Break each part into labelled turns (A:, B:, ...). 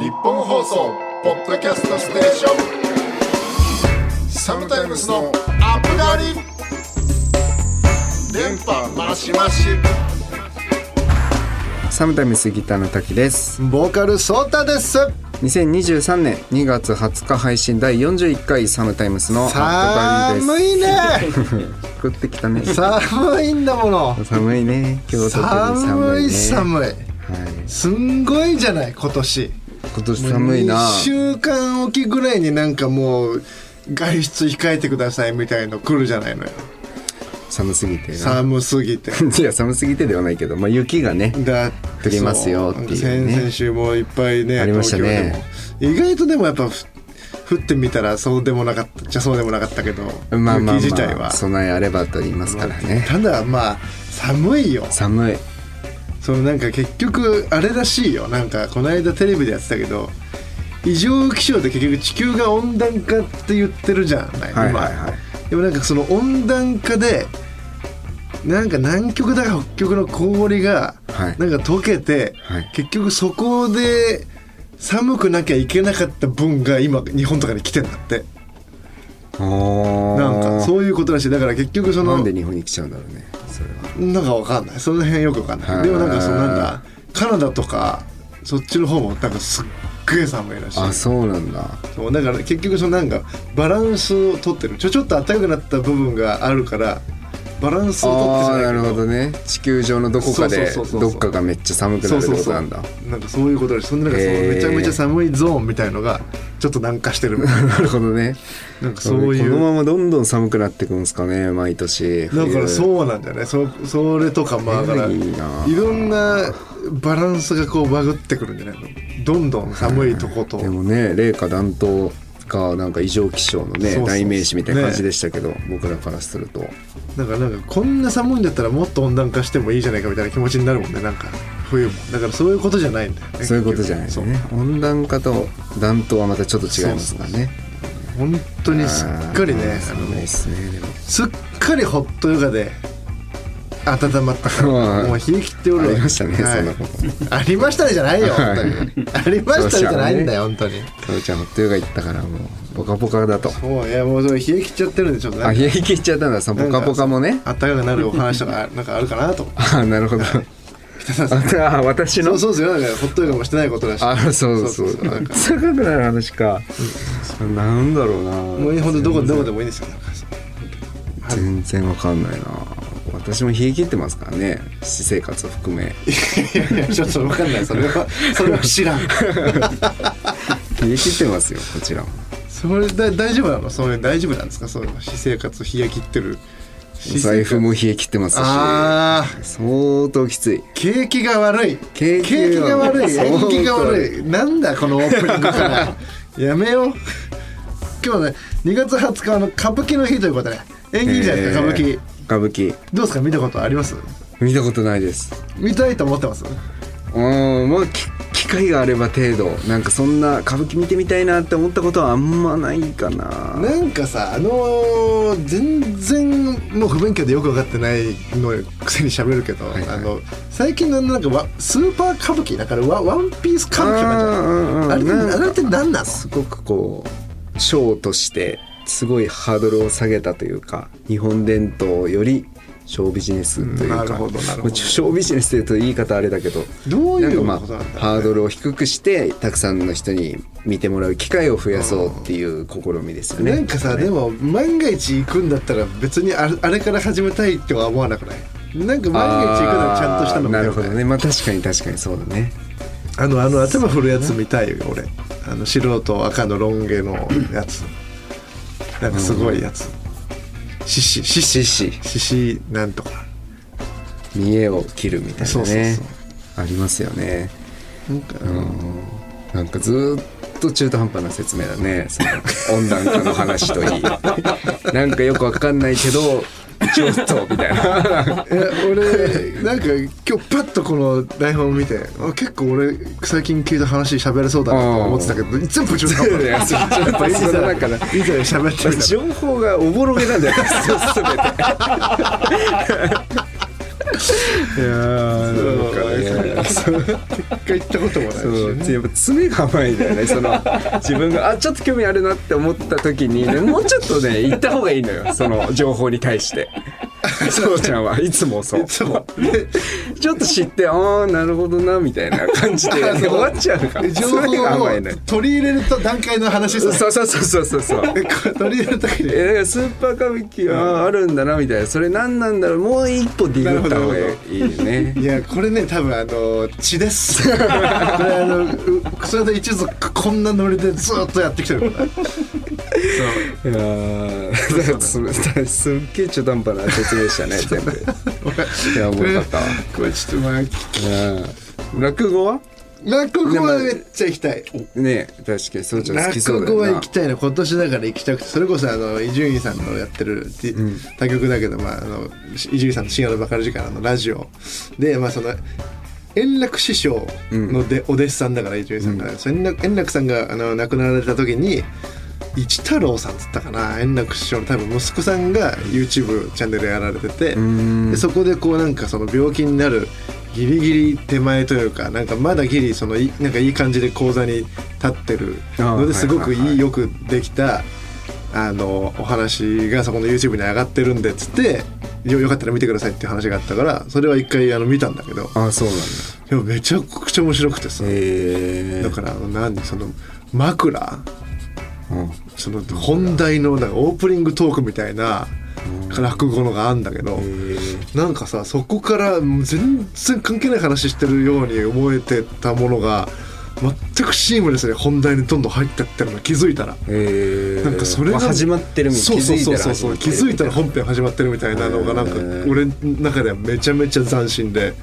A: 日本放送ポッドキャストステーションサムタイムスのアップガリ電波マシマシ
B: サムタイムスギターの滝です
C: ボーカルソータです
B: 2023年2月20日配信第41回サムタイムスのアップバ
C: 寒
B: リーで
C: いね
B: す 食ってきたね
C: 寒いんだもの
B: 寒いね今日特に
C: 寒
B: 寒いね
C: い寒い
B: はい、
C: すんごいじゃない今年
B: 今年寒いな
C: 1週間おきぐらいになんかもう外出控えてくださいみたいの来るじゃないのよ
B: 寒すぎてな
C: 寒すぎて
B: いや寒すぎてではないけど、まあ、雪がね
C: だ
B: 降りますよっていうね
C: そう先々週もいっぱいね
B: ありましたね
C: 東京でも意外とでもやっぱふ降ってみたらそうでもなかったじゃそうでもなかったけど、
B: まあまあ、ま
C: 雪自体は
B: あ、備えあればと言いますからね
C: ただまあ寒いよ
B: 寒い
C: そのなんか結局あれらしいよなんかこの間テレビでやってたけど異常気象で結局地球が温暖化って言ってるじゃない、
B: はいはいはい
C: 今でもなんかその温暖化でなんか南極だか北極の氷が
B: はい
C: なんか溶けて、
B: はい
C: 結局そこで寒くなきゃいけなかった分が今日本とかに来てんだって
B: おー
C: なんかそういうことらしいだから結局その
B: なんで日本に来ちゃうんだろうねそれは
C: なんかわかんないその辺よくわかん
B: へ
C: な
B: ー
C: いでもなんかそのなんだカナダとかそっちの方もなんかすっげえ寒いらしい
B: あそうなんだ
C: そうだから結局そのなんかバランスをとってるちょちょっと暖かくなった部分があるからバランスをとって
B: あ
C: じゃ
B: あ
C: な
B: なる
C: いけ
B: ほ
C: ど
B: どね地球上のどこかで
C: そうそうそうそう
B: どっかがめっちゃ寒くなるってこと なんだ
C: なんかそういうことらしいそんななんかその
B: へー
C: めちゃめちゃ寒いゾーンみたいのがちょっと南下してるみたいな
B: なるほどね
C: なんかそうい
B: この
C: う
B: ままどんどん寒くなっていくんですかね毎年
C: だから
B: う
C: そうなんじゃないそそれとかまあだから
B: い
C: い
B: いな
C: ろんなバランスがこうバグってくるんじゃないのどんどん寒いとこと
B: でもね冷夏暖冬がなんか異常気象のね
C: そうそう
B: 代名詞みたいな感じでしたけど、僕らからすると
C: なんかなんかこんな寒いんだったらもっと温暖化してもいいじゃないかみたいな気持ちになるもんねなんか冬もだからそういうことじゃないんだよね
B: そういうことじゃないです
C: そう
B: ね温暖化と暖冬はまたちょっと違いますからね
C: 本当にすっかりね
B: あー
C: あ
B: 寒い
C: の
B: ですねでも
C: すっかりホットヨガで温まったから
B: うん
C: もう冷え切っておるわ
B: ありましたね
C: はい
B: そんなこと
C: ありましたねじゃないよ本当にありましたねじゃないんだよ本当に
B: 太郎ちゃんホットヨガ行ったからもうポカポカだと
C: そういやもうそれ冷え切っちゃってるんでちょっと
B: あ
C: なんか
B: 冷え切っちゃったんだそのポカポカもね
C: あったかくなるお話とかなんかあるかなと思って
B: あなるほど
C: 北澤さん
B: ああ私
C: そ
B: の
C: うそうですよなんかホットヨガもしてないことだし
B: あそうそうそう
C: なんか
B: 高くなる話かなんだろうな
C: もういいほんとどこどこでもいいんですよなんか
B: 全然わかんないな私も冷え切ってますからね私生活を含め
C: いやいやちょっと分かんないそれはそれは知らん
B: 冷え切ってますよこちらも
C: それだ大丈夫なのそれ大丈夫なんですかそういうの私生活冷え切ってる
B: お財布も冷え切ってますし
C: ああ
B: 相当きつい
C: 景気が悪い
B: 景気
C: 景気が悪い
B: そう
C: 縁起が悪いなんだこのオープニングから やめよう今日はね2月20日はあの歌舞伎の日ということで縁起いいじゃないですか歌舞
B: え
C: 伎
B: ー歌舞伎
C: どうですか見たことあります
B: 見たことないです
C: 見たいと思ってます
B: うんまあき機会があれば程度なんかそんな歌舞伎見てみたいなって思ったことはあんまないかな
C: なんかさあのー全然もう不勉強でよく分かってないのくせに喋るけど、
B: いはい
C: あの最近のなんかわスーパー歌舞伎だからワワンピース歌舞伎とかじゃ
B: あーうんうん
C: ないあれって
B: なんか
C: あれって何なの
B: すごくこうショーとしてすごいハードルを下げたというか日本伝統よりショービジネスというか、
C: うんなるほどなるほど
B: まあちょショービジネスというと言い方あれだけど
C: どういうことな
B: なん
C: ん
B: か
C: だ
B: ま
C: ろう
B: あ
C: ね
B: ハードルを低くしてたくさんの人に見てもらう機会を増やそうっていう試みですよね。
C: なんかさでも万が一行くんだったら別にあれあれから始めたいとは思わなくないなんか万が一行くならちゃんとした
B: あー
C: の見
B: な
C: た
B: る
C: く
B: ほど
C: ない
B: ねまあ確かに確かにそうだね
C: あのあの頭振るやつ見たいよ俺あの素人赤のロン毛のやつなんかすごいやつ獅子獅
B: 獅
C: 子
B: 子
C: 獅子なんとか
B: 見栄を切るみたいなね
C: そうそうそう
B: ありますよね
C: なんか
B: なんかずーっと中途半端な説明だねその温暖化の話といい なんかよくわかんないけどちょっとみたいな
C: え俺 なんか今日パッとこの台本を見てあ結構俺最近聞いた話喋れそうだなと思ってたけど全部中途半端
B: いやそう
C: やっぱいざ
B: その中で
C: いざ喋ってみたら
B: 情報がおぼろげなんだよね進めていやーなんかね
C: 一回行ったこともないし
B: そう
C: ね
B: やっぱ爪が甘いんだよ ねその自分があちょっと興味あるなって思った時に、ね、もうちょっとね行った方がいいのよその情報に対 してそうちゃんはいつもそう
C: そう
B: ちょっと知ってああなるほどなみたいな感じ で、
C: そう
B: 終わっちゃうから
C: で情報
B: 爪が甘いのよ
C: を取り入れると段階の話
B: そ
C: さ
B: うそうそうそうそうそう
C: でこれ取り入れる時に
B: えだからスーパー歌舞伎はあるんだなみたいなそれ何なんだろうもう一歩ディグった方がいいよね
C: いやこれね多分あの血です これあのうそれで一族こんなノリでずっとやってきてるからそう
B: いやーだからす すっげえ中途半端な説明でしたね全 部いやおもろかったわ
C: これちょっとまあ
B: うん落語は
C: 落語はめっちゃ行きたい
B: ね確かにそうちゃん好きそう
C: 落
B: だよ
C: 語は
B: な
C: 行きたいの今年だから行きたくてそれこそあの伊集院さんのやってる、て他局だけど、まあ、あの伊集院さんの深夜のバカル時間のラジオで、まあ、その円楽師匠ので、お弟子さんだから伊集院さんが、その円楽円楽さんがあの亡くなられた時に一太郎さんっつったかな円楽師匠の多分息子さんが YouTube チャンネルやられててでそこでこうなんかその病気になるギリギリ手前というかなんかまだギリそのいなんかいい感じで講座に立ってる
B: あ
C: の
B: ー
C: ですごく
B: はいはい
C: いいよくできたあのお話がそこの YouTube に上がってるんでっつってよよかったら見てくださいっていう話があったからそれは一回あの見たんだけど
B: ああそうなんだ
C: でもめちゃくちゃ面白くてさ
B: へえ
C: だからあの何その枕
B: うん
C: その本題のなんかオープニングトークみたいな落語のがあんだけどなんかさそこから全然関係ない話してるように思えてたものが全くシームレスに本題にどんどん入ってってるの気づいたら。
B: へえ
C: なんかそれが、
B: まあ始まってるみた
C: そ
B: いうな
C: そうそうそうそう気づいたら
B: 本
C: 本編始まってるみたいなのがなんか俺の中ではめちゃめちゃ斬新で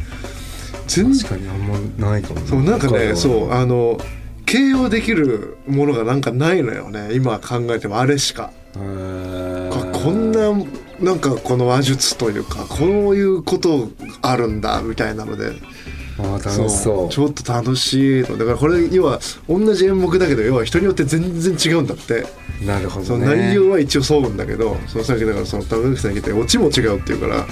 C: 全然
B: 確かにあんまないかも
C: そうなんかねそうあの形容できるものがなんかないのよね今考えてもあれしか。
B: へー
C: ここんななんかこの話術というかこういうことあるんだみたいなので
B: あー楽しそう
C: ちょっと楽しいのだからこれ要は同じ演目だけど要は人によって全然違うんだって
B: なるほ
C: そ
B: どね
C: の内容は一応そうなんだけど、そのさっきだからその田中さんが言ってオチも違うっていうから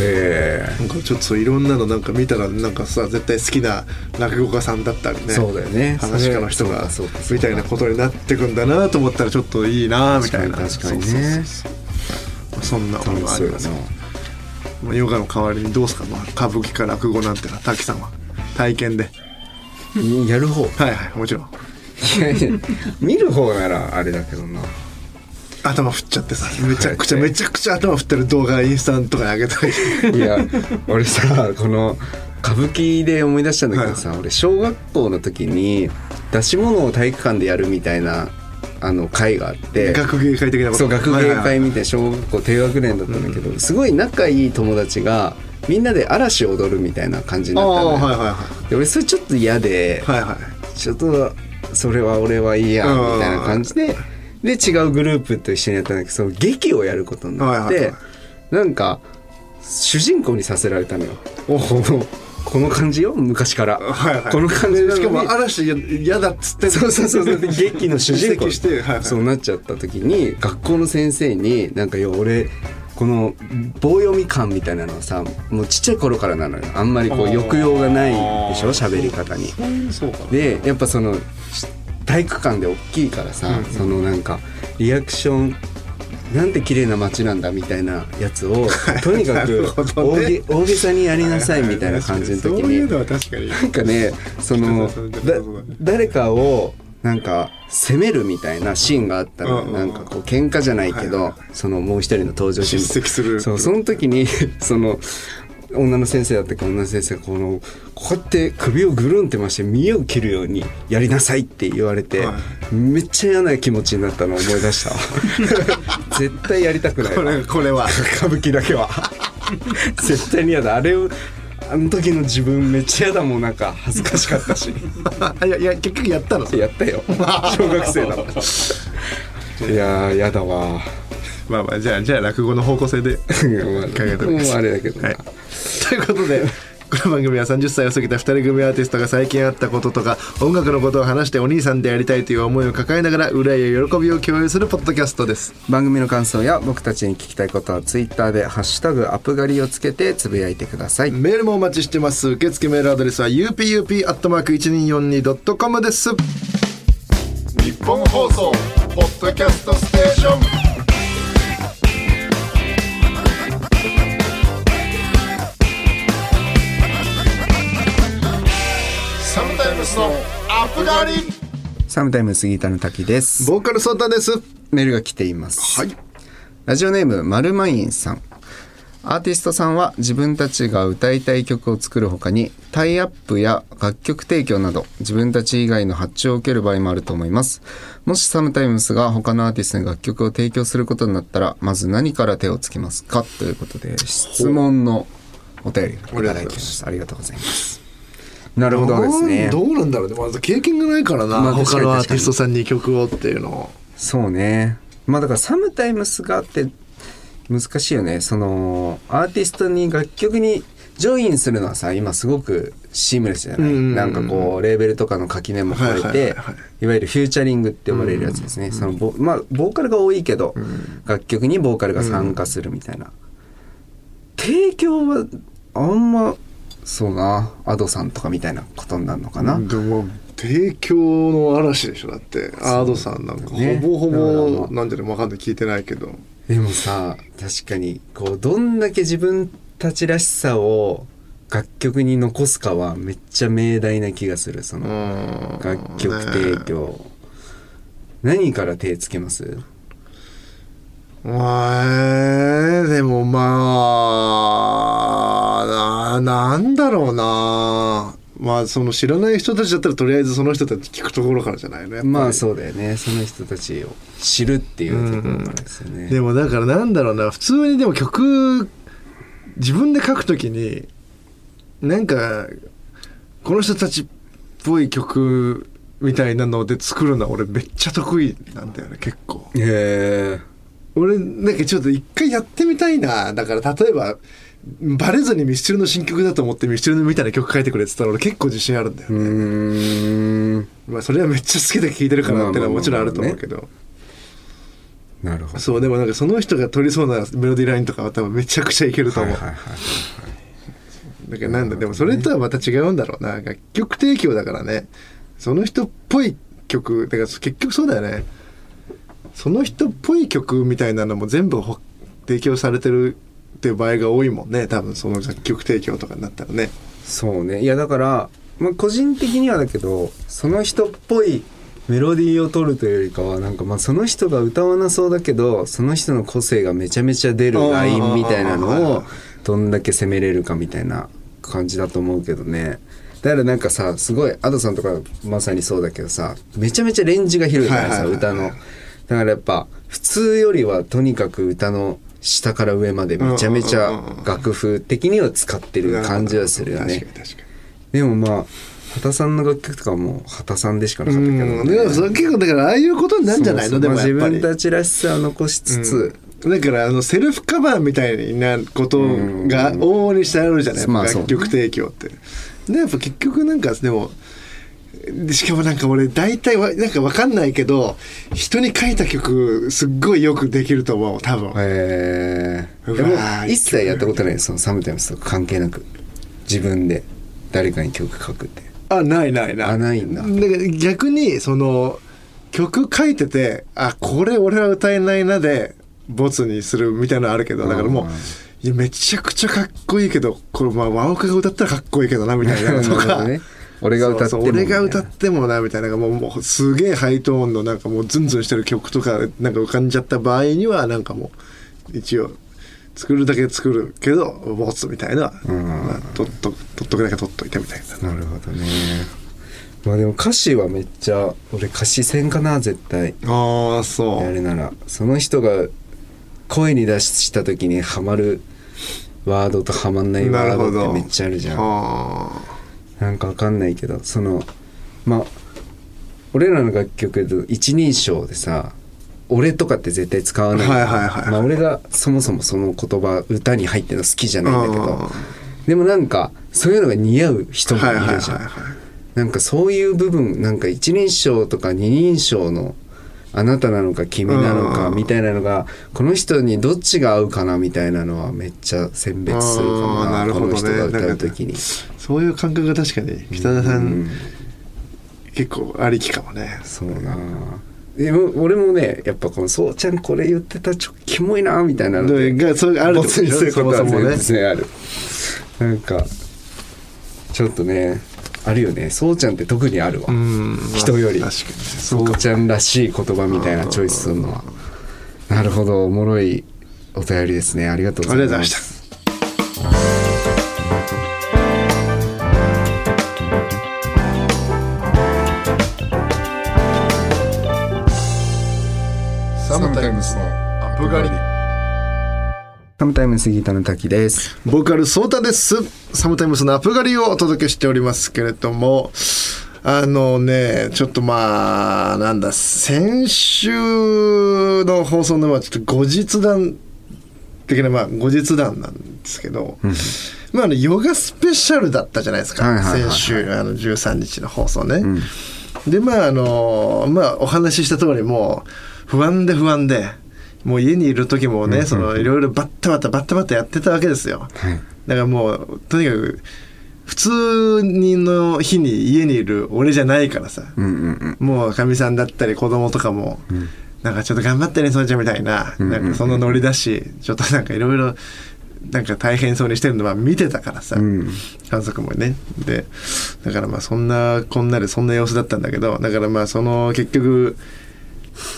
B: へ
C: なんかちょっとそういろんなのなんか見たらなんかさ絶対好きな落語家さんだったりね
B: そうだよね
C: 話し家の人が
B: そうかそうか
C: みたいなことになってくんだなと思ったらちょっといいなみたいな
B: 確かに確かにね
C: そうそうそうそんな
B: え
C: ものがあります
B: な
C: まあヨガの代わりにどうすか、まあ、歌舞伎か落語なんてのは滝さんは体験で
B: うんやる方
C: はいはいもちろん
B: いやいや見る方ならあれだけどな
C: 頭振っちゃってさめちゃくちゃ
B: はい
C: めちゃくちゃ頭振ってる動画インスタとかに上げたり
B: いや俺さこの歌舞伎で思い出したんだけどさ、俺小学校の時に出し物を体育館でやるみたいなあの会があって
C: 学芸会的なこと
B: そう学
C: はい
B: 芸
C: はい
B: 会みたいな小学校低学年だったんだけど、すごい仲いい友達がみんなで嵐を踊るみたいな感じに
C: あ
B: な
C: あ
B: ったのよ、
C: はいはい
B: で俺それちょっと嫌で、
C: はいはいはい
B: ちょっとそれは俺はいいや
C: うん
B: みたいな感じでで違うグループと一緒にやったんだけどその劇をやることになっ
C: はいはい
B: て
C: は
B: なんか主人公にさせられたのよこのこの感じよ昔から
C: はいはい
B: この感じなのに
C: しかも嵐や嫌だっつって
B: そう そうそうそうで劇の主人公
C: 指摘してはいはい
B: そうなっちゃった時に学校の先生になんかよ俺この棒読み感みたいなのはさもうちっちゃい頃からなのよあんまりこう抑揚がないでしょ喋り方に。
C: そうか
B: でやっぱそのし体育館で大きいからさ、そのなんかリアクションなんて綺麗な街なんだみたいなやつをとにか
C: なる
B: く
C: ほど
B: 大
C: ね
B: げ、大げさにやりなさいみたいな感じの時
C: そういう
B: に
C: のは確かに
B: なんかねそ のだ
C: そうそうそう
B: 誰かをなんか責めるみたいなシーンがあったの、
C: うんうんうん
B: なんかこう喧嘩じゃないけど、
C: はい
B: そのもう一人の登場人物
C: 叱責する
B: そうその時に その女の先生だったか女の先生がこのこうやって首をぐるんってまして見栄を切るようにやりなさいって言われて、
C: は
B: めっちゃ嫌な気持ちになったのを思い出した 絶対やりたくない
C: こ
B: わ
C: れこれは
B: 歌舞伎だけ は絶対に嫌だあれをあの時の自分めっちゃ嫌だもんなんか恥ずかしかったし
C: いやいや結局やったの
B: やった よ小学生だもんいやー嫌だわ
C: まあ まあじゃあじゃあ落語の方向性で
B: もう
C: 考えております
B: あれだけどな、
C: ということでこの番組は30歳を過ぎた2人組アーティストが最近あったこととか音楽のことを話してお兄さんでやりたいという思いを抱えながら憂いや喜びを共有するポッドキャストです
B: 番組の感想や僕たちに聞きたいことはツイッターで「ハッシュタグアプガリ」をつけてつぶやいてください
C: メールもお待ちしてます受付メールアドレスは upup.1242.com です
A: 日本放送ポッドキャストステーションサムタイムスのアップガリ
B: サムタイム杉田の滝です
C: ボーカルソータです
B: メールが来ています
C: はい
B: ラジオネームマルマインさんアーティストさんは自分たちが歌いたい曲を作るほかにタイアップや楽曲提供など自分たち以外の発注を受ける場合もあると思いますもしサムタイムスが他のアーティストに楽曲を提供することになったらまず何から手をつけますかということで質問のお便りをいただきましたありがとうございますなるほどですね
C: どうなんだろうねまず経験がないからな、
B: まあ確か
C: 他
B: に
C: のアーティストさんに曲をっていうのを
B: そうねまあだからサムタイムスがあって難しいよねそのアーティストに楽曲にジョインするのはさ今すごくシームレスじゃない、
C: うんうんうん
B: なんかこうレーベルとかの垣根も越えて、
C: はい
B: い
C: はいはいはい
B: わゆるフューチャリングって呼ばれるやつですね、そのボまあボーカルが多いけど、楽曲にボーカルが参加するみたいな、提供はあんまそうなアドさんとかみたいなことになるのかな、
C: でも提供の嵐でしょだってアードさんなんか
B: そうだね
C: ほぼほ
B: だから
C: ぼ
B: まあ
C: なんじゃないわかんない聞いてないけど
B: でもさ確かにこうどんだけ自分たちらしさを楽曲に残すかはめっちゃ命題な気がするその楽
C: 楽
B: 曲提供、何から手つけます
C: まあでもまあななんだろうなまあその知らない人たちだったらとりあえずその人たち聞くところからじゃないのやっぱり
B: まあそうだよねその人たちを知るっていうところからですよね、
C: でもだからなんだろうな普通にでも曲自分で書くときになんかこの人たちっぽい曲みたいなので作るのは俺めっちゃ得意なんだよね結構
B: へえ
C: 俺なんかちょっと一回やってみたいなだから例えばバレずにミスチルの新曲だと思ってミスチルみたいな曲書いてくれって言ったら俺結構自信あるんだよ、
B: うーん
C: まあそれはめっちゃ好きで聴いてるからっていうのはもちろんあると思うけど、
B: なるほど
C: そうでもなんかその人が取りそうなメロディーラインとかは多分めちゃくちゃいけると
B: はい
C: 思う、
B: はいはい
C: だけどなんだ、でもそれとはまた違うんだろうな。楽曲提供だからね。その人っぽい曲、だから結局そうだよね。その人っぽい曲みたいなのも全部ほ提供されてるっていう場合が多いもんね。多分その楽曲提供とかになったらね。
B: そうねいやだから、まあ、個人的にはだけどその人っぽいメロディーを取るというよりかはなんかまあその人が歌わなそうだけどその人の個性がめちゃめちゃ出るラインみたいな
C: あーはい
B: の
C: は
B: をどんだけ攻めれるかみたいな感じだと思うけどねだからなんかさすごいアドさんとかまさにそうだけどさめちゃめちゃレンジが広いから
C: はい
B: さ
C: はいはい
B: 歌のだからやっぱ普通よりはとにかく歌の下から上までめちゃめち
C: うんうんうん
B: ゃ
C: うん
B: 楽譜的には使ってる感じはするよね
C: 確。かに確かに。
B: でもまあ畑さんの楽曲とかはもう畑さんでしかなかったけどね、
C: うん、でもそれ結構だからああいうことになるんじゃないの
B: そう
C: で
B: そう
C: もやっぱり。
B: まあ自分たちらしさを残しつつ、
C: だからあのセルフカバーみたいなことが往々にしてあるじゃない、
B: うんまあそう
C: 楽曲提供って。でやっぱ結局なんかでもしかもなんか俺大体わなんかわかんないけど人に書いた曲すっごいよくできると思う多分、
B: えー、で
C: う
B: も
C: わー
B: 一切やったことないそのサムタイムズとか関係なく自分で誰かに曲書くって
C: あないないない
B: あないんだ
C: から逆にその曲書いててあこれ俺は歌えないなでボツにするみたいなのあるけどだからもう
B: うん
C: いやめちゃくちゃかっこいいけどこれまあ和岡が歌ったらかっこいいけどなみたいなのと
B: なるほ
C: か、
B: どね俺が歌って
C: そう
B: も
C: そう俺が歌
B: みたい
C: っ
B: な
C: てもなみたいなのがもうもうすげえハイトーンのなんかもうズンズンしてる曲とかなんか浮かんじゃった場合にはなんかもう一応作るだけ作るけどボツみたい
B: ん
C: な、まあ、取っとく取っとくだけ取っといてみたいな
B: なるほどねまあでも歌詞はめっちゃ俺歌詞戦かな絶対
C: ああそ
B: やるならその人が声に出した時にハマるワードとハマんないワードってめっちゃあるじゃん
C: あ
B: なんかわかんないけどそのまあ俺らの楽曲で一人称でさ「俺」とかって絶対使わない,、
C: はいはいはいはい
B: まあ、俺がそもそもその言葉歌に入ってるの好きじゃないんだけどでもなんかそういうのが似合う人もい
C: はいはいはい
B: るじゃん、
C: はい
B: なんかそういう部分なんか一人称とか二人称のあなたなのか君なのか
C: うん
B: みたいなのがこの人にどっちが合うかなみたいなのはめっちゃ選別するかもな
C: あーなる
B: こ
C: ほど
B: の
C: ね
B: 人が歌う時に
C: そういう感覚が確かに北田
B: う
C: さん、
B: ん
C: 結構ありきかもね
B: そうなでも俺もねやっぱこのそうちゃんこれ言ってたちょキモいなみたいなの
C: でがそういうあるっ
B: ボ
C: て
B: ツにすることは全然あるなんかちょっとねあるよねそうちゃんって特にあるわ、
C: うん
B: 人より
C: 確かにそ
B: そうう
C: か
B: ちゃんらしい言葉みたいなチョイスするのはなるほどおもろいお便りですねありがとうご
C: あ
B: ざ
C: り
B: い
C: がとうござい
B: まし
C: ましたた
A: サムタイムスのアップ狩り
B: サムタイム杉田の滝です
C: ボーカルソータですサムタイムスのアプガリをお届けしておりますけれどもあのねちょっとまあなんだ先週の放送のまあちょっと後日談的なまあ後日談なんですけど、まああのヨガスペシャルだったじゃないですか、
B: はいはいはいはい
C: 先週あの13日の放送ね、でまああのまあお話しした通りもう不安で不安でもう家にいる時もね、そのいろいろバッタバタバッタバタやってたわけですよ、
B: はい
C: だからもうとにかく普通にの日に家にいる俺じゃないからさ、
B: うんうんうん
C: もうかみさんだったり子供とかも、なんかちょっと頑張ってねそうちゃんみたいな,、なんかそのノリだしちょっとなんかいろいろなんか大変そうにしてるのは見てたからさ、
B: ん
C: 家族もねでだからまあそんなこんなでそんな様子だったんだけどだからまあその結局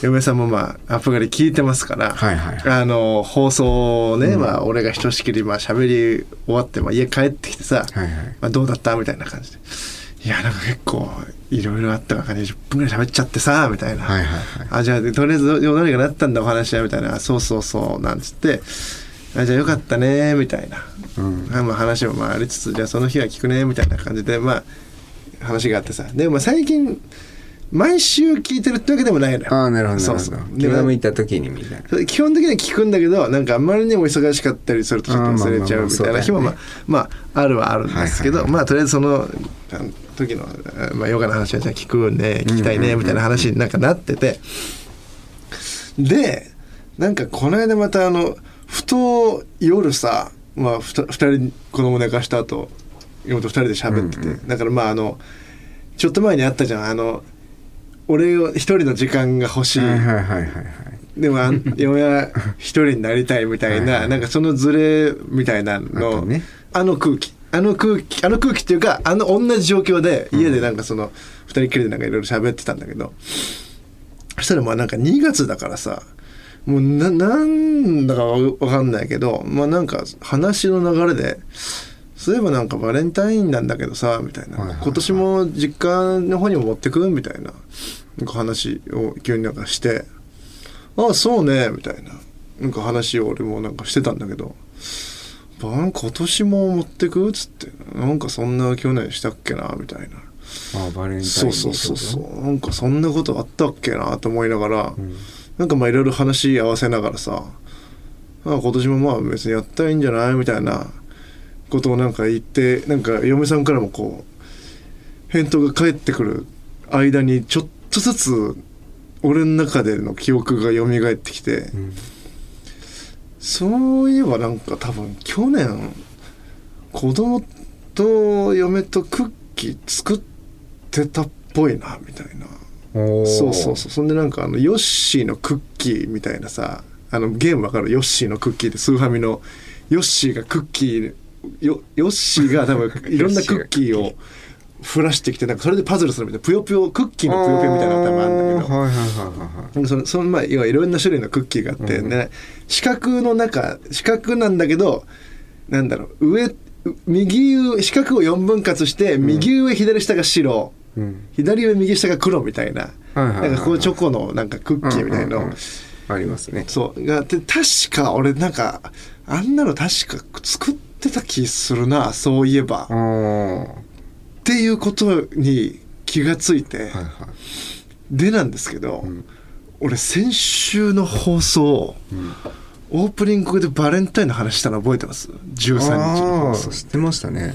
C: 嫁さんもまあアップガリ聞いてますから、
B: はいはいはい
C: あの放送をね、まあ、俺がひとしきりまあ喋り終わって、まあ、家帰ってきてさ、
B: はいはい
C: まあ、どうだったみたいな感じでいやなんか結構いろいろあったから20分ぐらい喋っちゃってさみたいな、
B: はいはいはい
C: あじゃあとりあえずよ何がなったんだお話はみたいなあそうそうそうなんつってあじゃあよかったねみたいな、あまあ、話もまあありつつじゃあその日は聞くねみたいな感じでまあ話があってさでもまあ最近毎週聞いてるってわけでもないのよ
B: ああなるほど
C: そ
B: な
C: う
B: る
C: そ
B: ほ
C: う
B: ど
C: で
B: 気が向いた時にみたいな
C: 基本的には聞くんだけどなんかあんまりにも忙しかったりするとちょっと忘れちゃうみたいな日も
B: あーま
C: ま
B: あ
C: あまああるはあるんですけど、
B: はいは
C: まあとりあえずそのあの時の、あまあ、ヨガの話はじゃあ聞くね聞きたいねみたいな話になんかなっててでなんかこの間またあのふと夜さ、まあ、ふた2人子供寝かした後嫁と2人で喋ってて、だからまああのちょっと前にあったじゃんあの俺を一人の時間が欲しい
B: はいはいはいはいはい
C: でもあん嫁は一人になりたいみたいな、
B: はいはい
C: なんかそのズレみたいな
B: あった
C: のあ,、
B: ね
C: の空気あの空気あの空気っていうかあの同じ状況で家でなんかその二人っきりでなんかいろいろ喋ってたんだけどそしたらまあなんか2月だからさもうななんだかわかんないけどまあなんか話の流れでそういえばなんかバレンタインなんだけどさみたい
B: は
C: な、
B: いはいはい
C: 今年も実家の方にも持ってくみたいななんか話を急になんかしてああそうねみたいななんか話を俺もなんかしてたんだけど「ばん今年も持ってく?」っつって「なんかそんな去年したっけな」みたいな
B: ああバレンタイン
C: そうそうそうそ
B: そう
C: なんかそんなことあったっけなと思いながら、なんかまあいろいろ話合わせながらさあ今年もまあ別にやったらいいんじゃないみたいなことをなんか言ってなんか嫁さんからもこう返答が返ってくる間にちょっとずつ俺の中での記憶が蘇ってきて、そういえばなんか多分去年子供と嫁とクッキー作ってたっぽいなみたいな
B: おー
C: そうそうそうそんでなんかあのヨッシーのクッキーみたいなさあのゲームわかるヨッシーのクッキーってスーファミのヨッシーがクッキーよヨッシーが多 分いろんなクッキーを降らしてきてなんかそれでパズルするみたいなぷよぷよクッキーのぷよぷよみたいなのが多分あるんだけど
B: はいはいはいはいはい
C: なんかそのそのまあ要はいろんな種類のクッキーがあって、ね四角の中四角なんだけどなんだろう上う右上四角を4分割して右上左下が白、
B: うん
C: 左上右下が黒みたいな、
B: はいはいはいはい
C: なんかこうチョコのなんかクッキーみたいなの、
B: うんうんうんありますね
C: そうがで確か俺なんかあんなの確か作ってた気するなそういえ
B: あ
C: ば、っ
B: あは
C: ていうことに気がついて、
B: いはい
C: でなんですけど、俺先週の放送、オープニングでバレンタインの話したの覚えてます13日の
B: あ
C: 放
B: あ
C: 送
B: 知ってましたね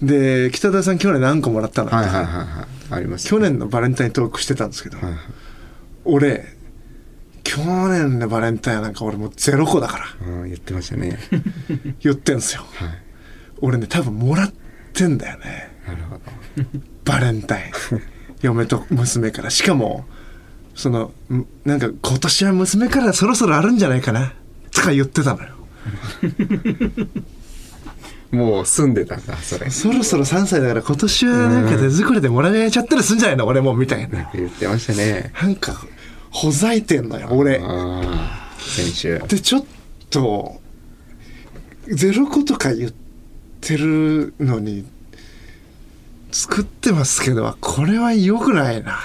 C: で北田さん去年何個もらったの、
B: はいはいはいはいありました
C: 去年のバレンタイントークしてたんですけど、
B: はいはい
C: 俺去年のバレンタインなんか俺もうゼロ個だから
B: ああ言ってました ね
C: 言ってんすよ
B: はい
C: 俺ね多分もらってんだよね
B: なるほど
C: バレンタ イン嫁と娘からしかもそのんなんか今年は娘からそろそろあるんじゃないかなとか言ってたのよ
B: もう住んでたんだそれ
C: そろそろ3歳だから今年はなんか手作りでもらえちゃったりすんじゃないの俺もみたい
B: なん
C: な
B: か言ってましたね
C: なんかほざいてんのよ俺
B: ああ先週
C: でちょっとゼロ個とか言ってるのに作ってますけどこれは良くないな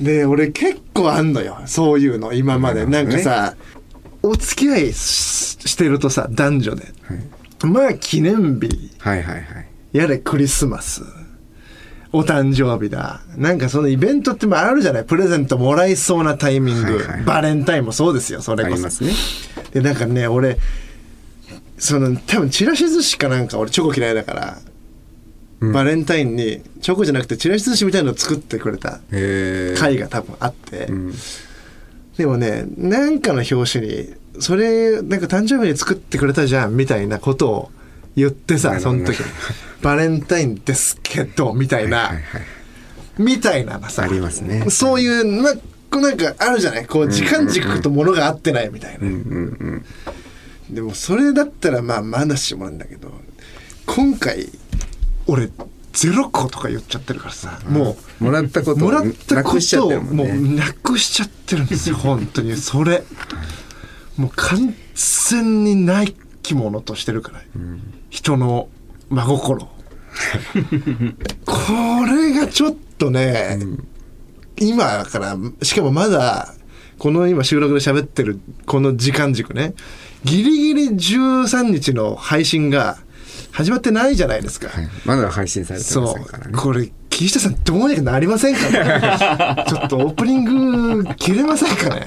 C: で俺結構あんのよそういうの今まで、
B: な
C: な
B: る
C: ん
B: ほど
C: か
B: ね
C: さお付き合いししてるとさ男女で、まあ記念日
B: はいはいはい
C: やれクリスマスお誕生日だなんかそのイベントってまああるじゃないプレゼントもらいそうなタイミング、
B: はいはい
C: バレンタインもそうですよそれ
B: あ
C: こ
B: り
C: そ
B: ますね
C: でなんかね俺その多分ちらし寿司かなんか俺チョコ嫌いだから、
B: うん
C: バレンタインにチョコじゃなくてちらし寿司みたいなのを作ってくれた
B: へえ
C: 回が多分あって、
B: うん
C: でもねなんかの表紙にそれなんか誕生日に作ってくれたじゃんみたいなことを言ってさその時にバレンタインですけどみたいな、
B: はいはい
C: みたいなのさ
B: ありますね
C: そういうなこうなんかあるじゃないこう時間軸と物が合ってないみたいな、
B: うんうんうん
C: でもそれだったらまあまだしもなんだけど今回俺ゼロ個とか言っちゃってるからさも
B: もらったこ
C: う
B: と
C: も
B: を
C: らった
B: な
C: こ
B: くしちゃ
C: と
B: って
C: を
B: るもん
C: も
B: ね
C: うなくしちゃってる んですよ本当にそれもう完全にない着物としてるから、人の真 心をこれがちょっとね、今からしかもまだこの今収録で喋ってるこの時間軸ねギリギリ13日の配信が始まってないじゃないですか、
B: はいまだ配信されてま
C: そ
B: せんから
C: う
B: ね
C: これ岸田さんどうにかなりませんかね ちょっとオープニング切れません かね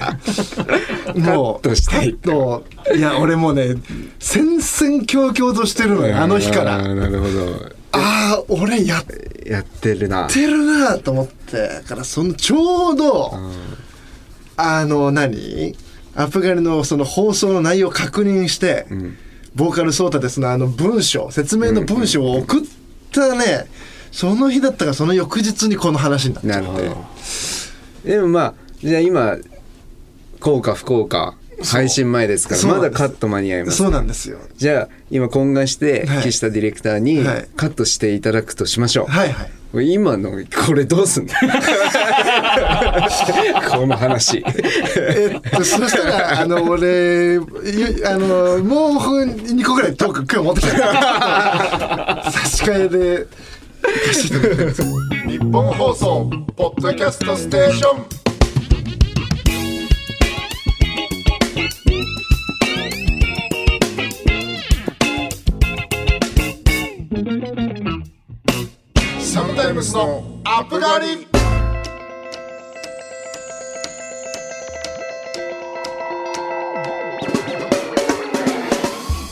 C: もう
B: カットしたい
C: カットいや俺もうね戦々恐々としてるのよあの日か
B: あ
C: ら
B: ーなるほど
C: ああ俺やっ
B: やってる な
C: てるなと思ってだからそのちょうどあの何アプガリのその放送の内容を確認して、ボーカルソータですのあの文章説明の文章を送ったね、その日だったかその翌日にこの話になっち
B: な
C: ゃっ
B: る
C: て
B: ほどでもまあじゃあ今こうか不幸か配信前ですから
C: そう
B: ま
C: なんで
B: だ
C: す
B: カット間に合います
C: そうなんですよ
B: じゃあ今懇願して
C: はい
B: 岸田ディレクターに
C: はい
B: カットしていただくとしましょう、
C: はいはい
B: 今のこれどうすんの この話
C: えっと、そしたら、あの、俺、ゆあの、もう2個ぐらいトーク今日持ってきた。差し替えで。
A: 日本放送ポッドキャストステーションサムタイムスのアップガリ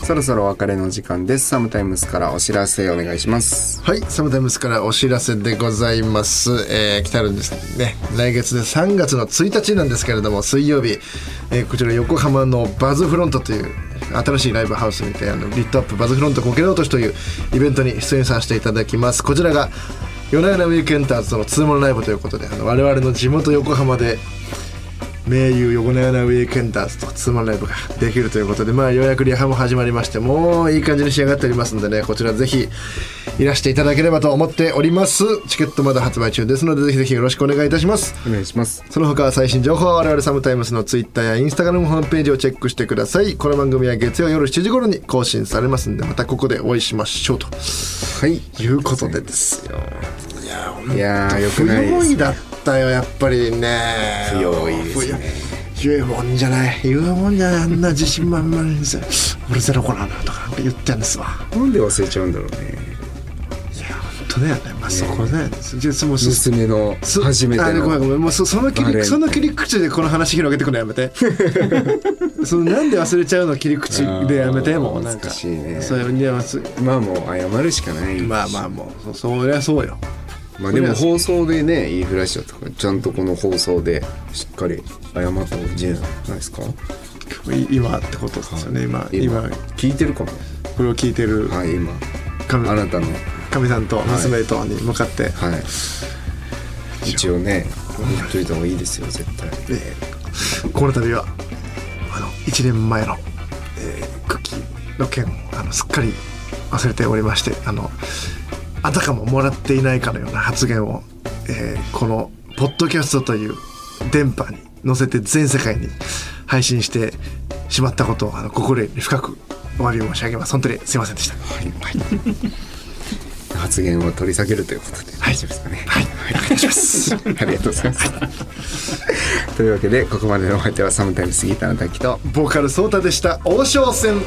B: そろそろお別れの時間ですサムタイムスからお知らせお願いします
C: はい、サムタイムスからお知らせでございます。えー、来たるんですね。来月で3月の1日なんですけれども、水曜日、えーこちら横浜のバズフロントという新しいライブハウスにて、あのリットアップバズフロントこけら落としというイベントに出演させていただきます。こちらが、夜な夜なウィークエンターズとのツーモンライブということで、あの我々の地元横浜で名優横なよなウィークエンダーズとツーマンライブができるということで、まあ、ようやくリハも始まりましてもういい感じに仕上がっておりますのでねこちらぜひいらしていただければと思っておりますチケットまだ発売中ですのでぜひぜひよろしくお願いいたします
B: お願いします
C: その他最新情報は我々サムタイムスのツイッターやインスタグラムホームページをチェックしてくださいこの番組は月曜夜7時頃に更新されますんでまたここでお会いしましょうと
B: はい
C: いうことでですよいや
B: いやーよく
C: 不
B: ないで
C: 用
B: す
C: 意だったよやっぱりね
B: 不用意ですね
C: 言えもんじゃない言うもんじゃないあんな自信満々にさ 「俺ゼロ個なんだ」とか言ってんですわ
B: なんで忘れちゃうんだろうね
C: いや本当それやねまあそこだよねじゃあもうそ
B: 娘の
C: そ
B: 初め
C: あ
B: て
C: ごめんご
B: の
C: めんもうそその切
B: バレンタイ
C: り
B: ン
C: その切り口でこの話広げてくのやめ てそのなんで忘れちゃうの切り口でやめて
B: あー
C: もうなんか
B: 難しいね
C: それにはす
B: まあもう謝るしかない
C: まあまあもうそそりゃそうよ
B: まあでも放送でね言いふらしちゃったからちゃんとこの放送でしっかり謝った方がいいんじゃないですか
C: い今ってことですよね今
B: 今
C: 今
B: 聞いてるかも
C: これを聞いてる
B: はい今
C: 神
B: あなたの
C: 神さんと娘とに向かって、
B: はい一応ね言っといた方がいいですよ絶対
C: えーこの度はあの1年前の、えークッキーの件をあのすっかり忘れておりましてあのあたかももらっていないかのような発言を、えーこのポッドキャストという電波に乗せて全世界に配信してしまったことをあの心より深くお詫び申し上げます本当にすいませんでした
B: はいはい発言を取り下げるということで大丈夫ですかねはい、お願いします ありがとうございます というわけでここまでのお相手はサムタイムスギターの滝と
C: ボーカルソータでした王将戦